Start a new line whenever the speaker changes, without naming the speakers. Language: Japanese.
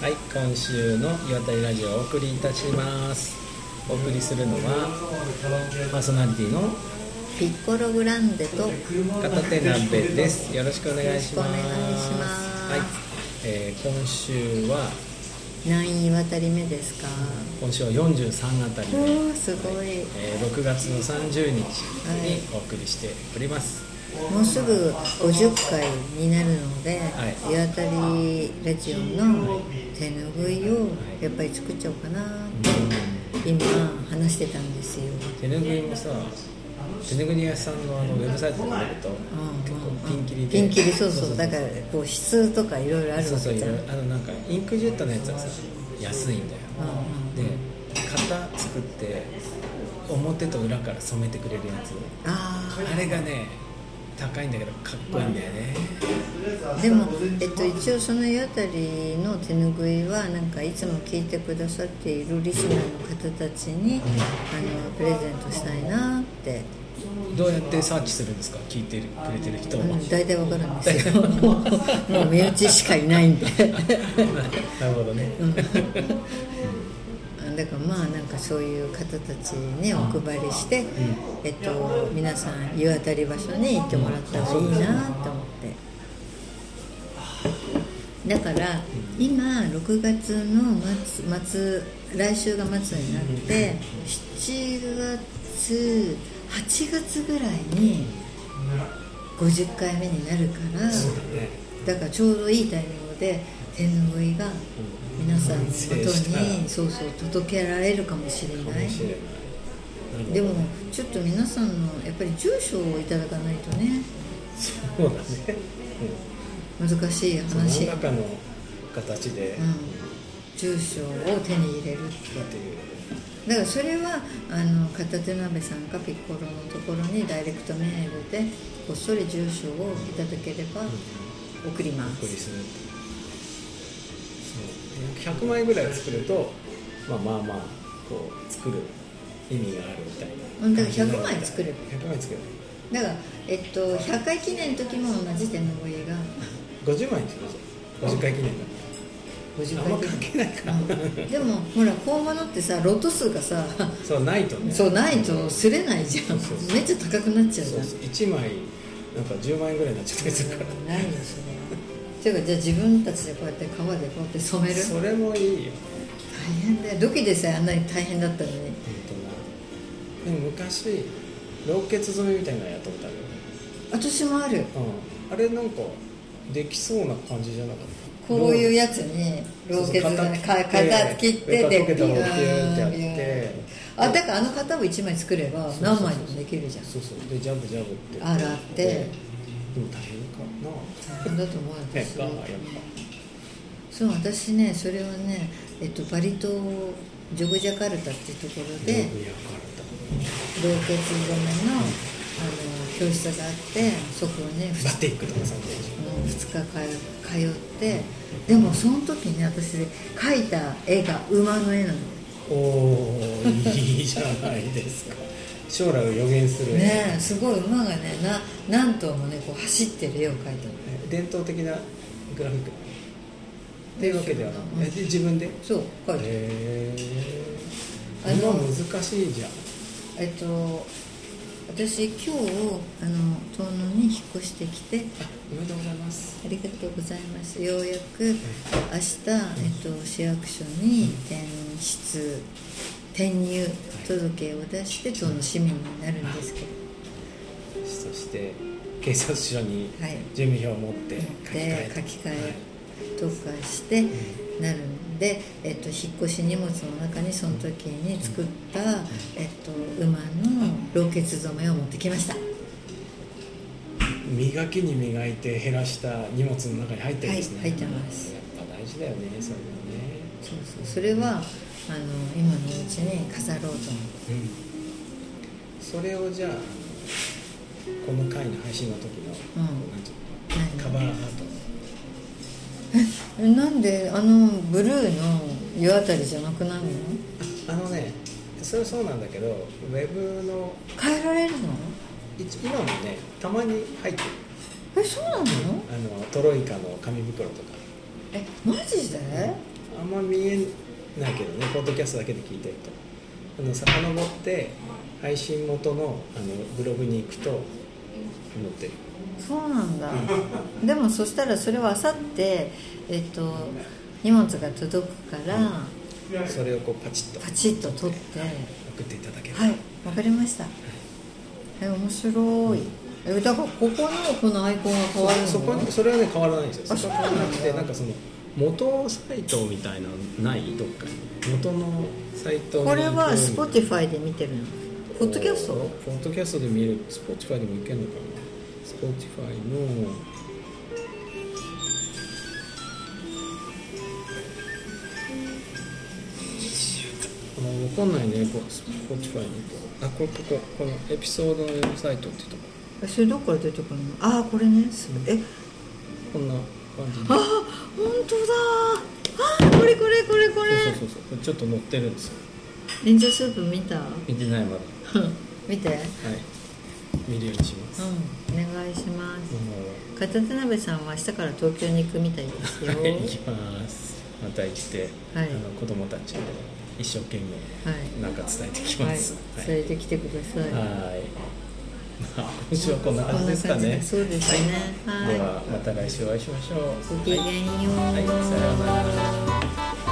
今週の岩谷ラジオをお送りいたしますお送りするのはパーソナリティの
ピッコログランデと
片手南べですよろしくお願いします
よろしくお願いします
はい、えー今週は
何位渡り目ですか
今週は43あたり
お
で、
ーすごい
えー6月の30日
はい
にお送りしております、
もうすぐ50回になるので
はい
「岩渡りラジオ」の手ぬぐいをやっぱり作っちゃおうかなって今話してたんですよ
手ぬぐいもさ手ぬぐい屋さんのあのウェブサイトで見ると結構ピンキリで
ピンキリそうそうだからこう質とかいろいろある
そう
わ
そう
け
い
じゃん
ろいろあのなんかインクジェットのやつはさ安いんだよ、
うん
で型作って表と裏から染めてくれるやつ
あ
あれがね高いんだけどかっこいいんだよね
あでも、えっと、一応その湯あたりの手ぬぐいはなんかいつも聞いてくださっているリスナーの方たちにあのプレゼントしたいなって、
どうやってサーチするんですか聞いてくれてる人
う
は、
ん、大体わかるんで すよもう もう身内しかいないんで
なるほどね、
だからまあなんかそういう方たちにお配りして、えっと、皆さん湯あたり場所に行ってもらったらいいなと思って。だから今6月の末末来週が末になって7月8月ぐらいに50回目になるからだからちょうどいいタイミングで手ぬぐいが皆さんのもと
完成した
にそうそう届けられるかもしれ
かも
ない
しれないなるほど
でもちょっと皆さんのやっぱり住所をいただかないとね
そうだね、
難しい
うん、そ
話
の中の形で、っ
うん、住所を手に入れるって
ていう
だからそれはあの片手鍋さんかピッコロのところにダイレクトメールでこっそり住所をいただければ送りま
お送り
す、
するそう100枚ぐらい作ると、まあ、まあまあこう作る意味があるみたいな
うんだから100枚作れば
100枚作れば
だから、えっと、100回記念の時も同じ手の上が
50枚にしましょう50回記念だ
50
あんま
回
関
記
係ないか
念でもほら高物ってさロット数がさ
そうないとね
そうないとすれないじゃん
そうそう
めっちゃ高くなっちゃうじ
そ
ゃ
うんそう1枚なんか10万円ぐらいになっちゃったりするから
ないんですねていうかじゃあ自分たちでこうやって革でこうやって染める
それもいいよ
大変だよ土器でさえあんなに大変だったのに
本当なでも昔老血染めみたいなのやったことあるよね
私もあ
う
る
んあれなんかできそうな感じじゃなかった
こういうやつにローケツでねか型切って
で
で
ピ
ピ
ュ
ュ
ーってやっ
ーン
て
あだからあの型を1枚作れば
そうそう
何枚でもできるじゃん
そうそうでジャブジャブって
洗って
でも大変かな
大変だと思うよ
ね
私
かやっ
そう私ねそれはね、えっと、バリ島ジョグジャカルタっていうところ
ぱ
で、
よくやか
老血染めのあの教室があってそこをね
れたバティックとかさそうでしょ
2日間通ってでもその時に私描いた絵が馬の絵なのよ
おーいいじゃないですか将来を予言する
ねえすごい馬がねな何頭もねこう走ってる絵を描いたの
伝統的なグラフィックっていうわけではなくてで自分でへ
そう描いた、
え
あの
今難しいじゃん
えっと私今日あの遠野に引っ越してきて
おめでとうございます
ありがとうございますようやく明日、えっと、市役所に転出転入届を出して遠野市民になるんですけど
そして警察署に
はい
準備票を持って書き換え
で
て
書き換えとかしてなるんで、えっと、引っ越し荷物の中にその時に作った、えっと、馬のロケツ染めを持ってきました
磨きに磨いて減らした荷物の中に入ってるんですね、
はい入ってます
やっぱ大事だよねそれはね
そうそうそれはあの今のうちに飾ろうと思って
うんそれをじゃあこの回の配信の時の、
うん
なんていう
何
のカバーアート
なんであのブルーの湯あたりじゃなくなるの
あのねそれはそうなんだけどウェブの
変えられるの
一今もねたまに入ってる
えそうなの
あのトロイカの紙袋とか
えマジで
あんま見えないけどねポッドキャストだけで聞いてるとあの遡って配信元のあのブログに行くと載ってる
そうなん だでもそしたらそれはあさってえっと荷物が届くから
それをこうパチッと
パチッと取って
送っていただけると、
はいわかりましたえ面白いえだからここのこのアイコンが変わるの
そこそれはね変わらないんですよ
あ
そこは
そうな
なん
だ
くてなんかその元サイトみたいなのないどっかに元のサイトの
これは
リンクみたいな
Spotify で見てるのポッドキャスト
ポッドキャストで見る Spotify でもいけるのかな Spotify のあの分かんないねこう Spotify にあこれこここのエピソードのウェブサイトってとこ
えそれどこから出てくるのああこれねすえ
こんな感じで
あ本当だあーこれこれこれこれ
そうそうそうそうちょっと載ってるんですよ
忍者スープ見た
見てないまだは
見て
い見るようにします、
うんお願いします
も
片手鍋さんは明日から東京に行くみたいですよ
うはい行きますまた行って、
はい
あの子供たちを一生懸命
はい
なんか伝えてき
は
ま
い
す。
それで来てください、
はい。まあ今週はこんな感じですか
こんな
ね
感。そうですねはい
ではまた来週お会いしましょう。
ごきげんよう、
はい、さようなら。